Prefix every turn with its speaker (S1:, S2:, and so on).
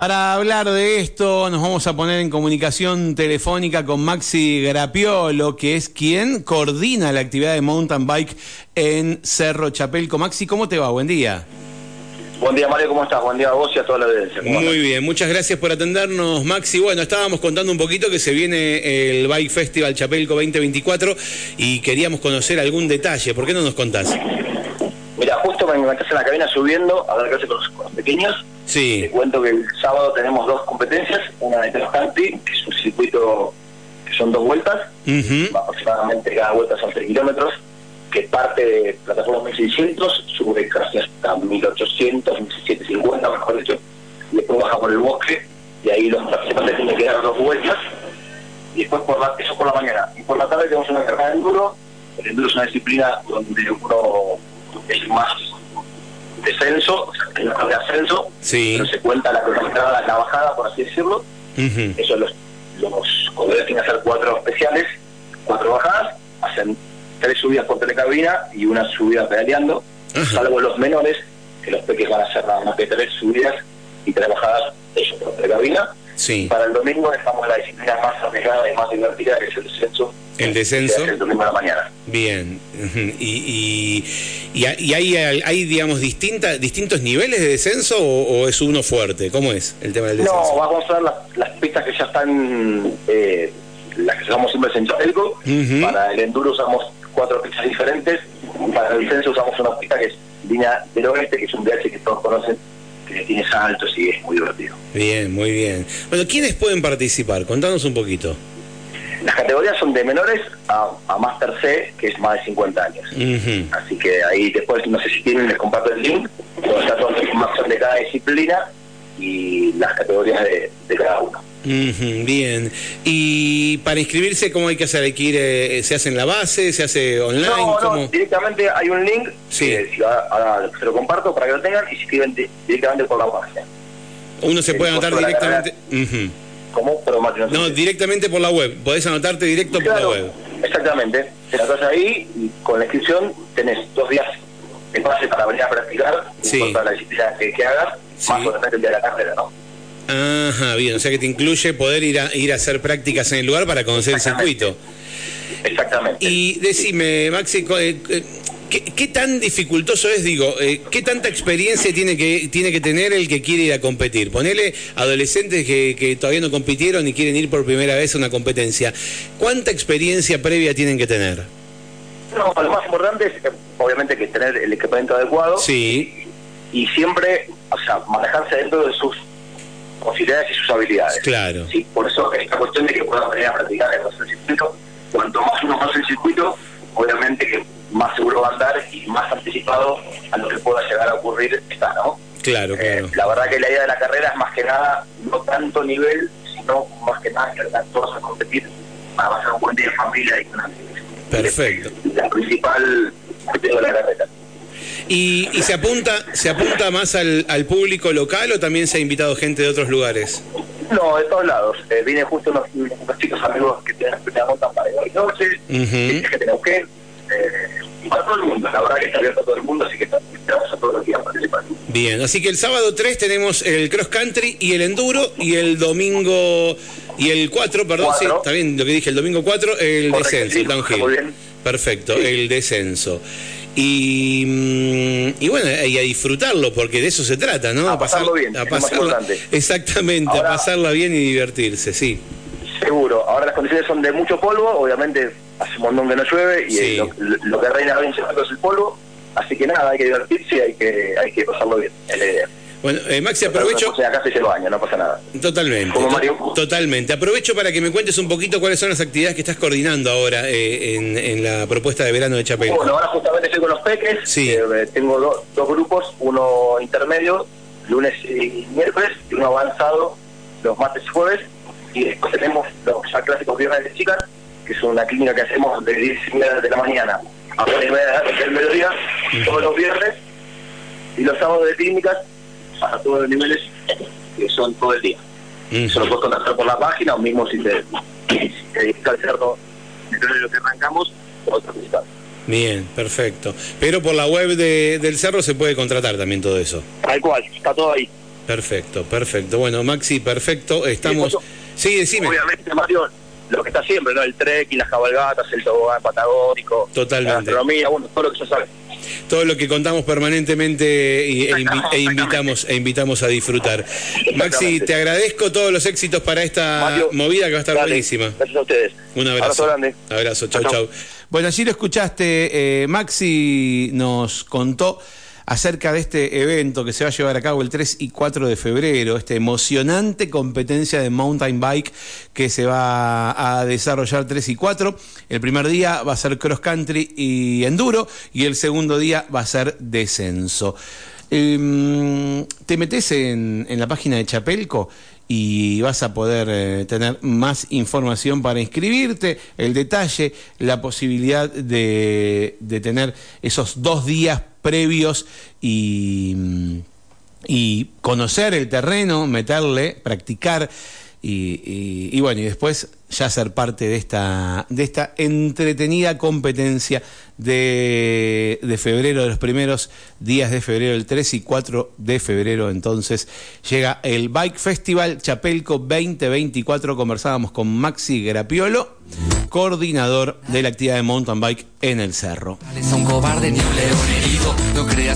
S1: Para hablar de esto, nos vamos a poner en comunicación telefónica con Maxi Grapiolo, que es quien coordina la actividad de mountain bike en Cerro Chapelco. Maxi, ¿cómo te va? Buen día.
S2: Buen día, Mario, ¿cómo estás? Buen día a vos y a toda la audiencia. ¿Cómo
S1: Muy
S2: andás?
S1: bien, muchas gracias por atendernos, Maxi. Bueno, estábamos contando un poquito que se viene el Bike Festival Chapelco 2024 y queríamos conocer algún detalle. ¿Por qué no nos contás?
S2: Mira, justo me encontrás en la cabina subiendo a dar clase con los, con los pequeños.
S1: Sí,
S2: Te cuento que el sábado tenemos dos competencias, una de Cross Country, que es un circuito que son dos vueltas,
S1: ujú,
S2: aproximadamente cada vuelta son 3 kilómetros, que parte de plataforma 1600, sube casi hasta 1800, 1750, mejor dicho, y después baja por el bosque, y ahí los participantes tienen que dar dos vueltas, y después por la, eso por la mañana. Y por la tarde tenemos una carrera de enduro, el enduro es una disciplina donde uno es más descenso, o sea, es una carrera de ascenso,
S1: sí,
S2: pero se cuenta la cronometrada, la bajada, por así decirlo,
S1: ujú,
S2: eso los, los corredores tienen que hacer cuatro especiales, cuatro bajadas, hacen tres subidas por telecabina y una subida pedaleando,
S1: Ajá.
S2: salvo los menores, que los peques van a hacer nada más que tres subidas y tres bajadas ellos por telecabina.
S1: sí.
S2: Para el domingo estamos en la disciplina más arriesgada y más divertida, que es el descenso.
S1: El descenso.
S2: Que es el domingo a la mañana.
S1: Bien, ujú. y, y, y ha- y hay, al- hay, digamos, distinta, distintos niveles de descenso o, o es uno fuerte? ¿Cómo es el tema del
S2: No,
S1: descenso?
S2: vamos a ver las, las pistas que ya están, eh, las que usamos siempre es en Chapelco.
S1: Ujú.
S2: Para el enduro usamos cuatro pistas diferentes. Para el descenso usamos una pista que es línea del oeste, que es un viaje que todos conocen, que tiene saltos y es muy divertido.
S1: Bien, muy bien. Bueno, ¿quiénes pueden participar? Contanos un poquito.
S2: Las categorías son de menores a, a Master C, que es más de 50 años.
S1: Ujú.
S2: Así que ahí después, no sé si tienen, les comparto el link, donde está toda la información de cada disciplina y las categorías de, de cada uno.
S1: Ujú, Bien. ¿Y para inscribirse cómo hay que hacer? ¿Hay que ir, eh, ¿Se hace en la base? ¿Se hace online?
S2: No, no,
S1: ¿Cómo?
S2: directamente hay un link,
S1: Sí.
S2: que si ahora, ahora se lo comparto para que lo tengan y se escriben di- directamente por la página.
S1: Uno se
S2: el
S1: puede anotar
S2: costo de la
S1: directamente. Ujú.
S2: ¿Cómo? Pero Mati, no, sé.
S1: No, directamente por la web. Podés anotarte directo por la
S2: Claro,
S1: web.
S2: exactamente. Te anotás ahí y con la inscripción tenés dos días de pase para venir a practicar,
S1: Sí.
S2: no importa la disciplina que, que hagas,
S1: Sí.
S2: más o menos el día de la carrera, ¿no?
S1: Ajá, bien. O sea que te incluye poder ir a, ir a hacer prácticas en el lugar para conocer el
S2: Exactamente.
S1: circuito.
S2: Exactamente.
S1: Y decime, Maxi, co- eh, eh, ¿qué, qué tan dificultoso es, digo, eh, qué tanta experiencia tiene que, tiene que tener el que quiere ir a competir? Ponele adolescentes que, que todavía no compitieron y quieren ir por primera vez a una competencia. ¿Cuánta experiencia previa tienen que tener?
S2: No, lo más importante es, eh, obviamente, que tener el equipamiento adecuado.
S1: Sí,
S2: y siempre, o sea, manejarse dentro de sus posibilidades y sus habilidades.
S1: Claro.
S2: Sí, por eso esta cuestión de que puedan venir a practicar en el circuito, cuanto más uno conoce el circuito, obviamente que más seguro va a andar y más anticipado a lo que pueda llegar a ocurrir está, ¿no?
S1: claro,
S2: Eh,
S1: claro.
S2: la verdad que la idea de la carrera es más que nada, no tanto nivel, sino más que nada que vengan todos a competir para pasar un buen día de familia y una-
S1: Perfecto.
S2: La principal cuestión de la carrera.
S1: ¿Y, y se apunta se apunta más al, al público local o también se ha invitado gente de otros lugares?
S2: No, de todos lados. Eh, vine justo unos, unos chicos amigos que tienen la monta para ir noche,
S1: Ujú.
S2: gente que tenemos que eh, para todo el mundo. La verdad que está abierto a todo el mundo, así que estamos a todos los días participando.
S1: Bien, así que el sábado 3 tenemos el cross country y el enduro y el domingo y el 4, perdón,
S2: Cuatro.
S1: sí, está bien lo que dije, el domingo 4 el
S2: Correcto,
S1: descenso,
S2: sí,
S1: el downhill.
S2: está muy bien.
S1: Perfecto,
S2: Sí.
S1: el descenso. Y, mm, y bueno, y a disfrutarlo, porque de eso se trata, ¿no?
S2: A pasarlo bien,
S1: a
S2: es lo más
S1: pasarla-
S2: importante.
S1: exactamente,
S2: Ahora-
S1: a pasarla bien y divertirse, sí.
S2: Seguro. Ahora las condiciones son de mucho polvo, obviamente hace un montón que no llueve y
S1: Sí.
S2: eh, lo, lo que reina bien es el polvo. Así que nada, hay que divertirse y hay que, hay que pasarlo bien. Es la idea.
S1: Bueno, eh, Maxi, aprovecho.
S2: O sea, acá se lleva año, no pasa nada.
S1: Totalmente.
S2: Como
S1: to-
S2: Mario.
S1: Totalmente. Aprovecho para que me cuentes un poquito cuáles son las actividades que estás coordinando ahora eh, en, en la propuesta de verano de Chapel.
S2: Bueno, ahora justamente estoy con los peques.
S1: Sí.
S2: Eh, tengo do- dos grupos, uno intermedio, lunes y miércoles, y uno avanzado, los martes y jueves. Y después tenemos los ya clásicos viernes de chicas, que es una clínica que hacemos de 10 y media de la mañana a 1 y media del mediodía, todos los viernes. Y los sábados de clínicas, para todos los niveles, que son todo el día.
S1: Mm.
S2: Se lo puedes contactar por la página o mismo si te, si te dedica al cerdo, dentro de lo que arrancamos, o te visitas.
S1: Bien, perfecto. Pero por la web de- del Cerro se puede contratar también todo eso.
S2: Tal cual, está todo ahí.
S1: Perfecto, perfecto. Bueno, Maxi, perfecto. Estamos.
S2: Eso-
S1: Sí, decime.
S2: Obviamente, Mario, lo que está siempre, ¿no? El trekking, las cabalgatas, el tobogán patagónico,
S1: Totalmente.
S2: la gastronomía, bueno, todo lo que ya sabes.
S1: Todo lo que contamos permanentemente y- e, invi- e invitamos e invitamos a disfrutar. Maxi,
S2: Exactamente.
S1: te agradezco todos los éxitos para esta
S2: Mario,
S1: movida que va a estar
S2: Dale,
S1: buenísima.
S2: Gracias a ustedes.
S1: Un abrazo.
S2: grande.
S1: Abrazo, chau,
S2: Chau,
S1: chau.
S2: chau.
S1: Bueno, allí lo escuchaste, eh, Maxi nos contó acerca de este evento que se va a llevar a cabo el 3 y 4 de febrero, esta emocionante competencia de mountain bike que se va a desarrollar 3 y 4. El primer día va a ser cross country y enduro y el segundo día va a ser descenso. Em, te metes en, en la página de Chapelco y vas a poder eh, tener más información para inscribirte, el detalle, la posibilidad de, de tener esos dos días previos y, mm, y conocer el terreno, meterle, practicar y, y- y bueno, y después ya ser parte de esta, de esta entretenida competencia de, de febrero, de los primeros días de febrero, el 3 y 4 de febrero. Entonces llega el Bike Festival Chapelco 2024. Conversábamos con Maxi Grapiolo, coordinador de la actividad de mountain bike en el cerro.
S3: Es un cobarde ni un león herido. No creas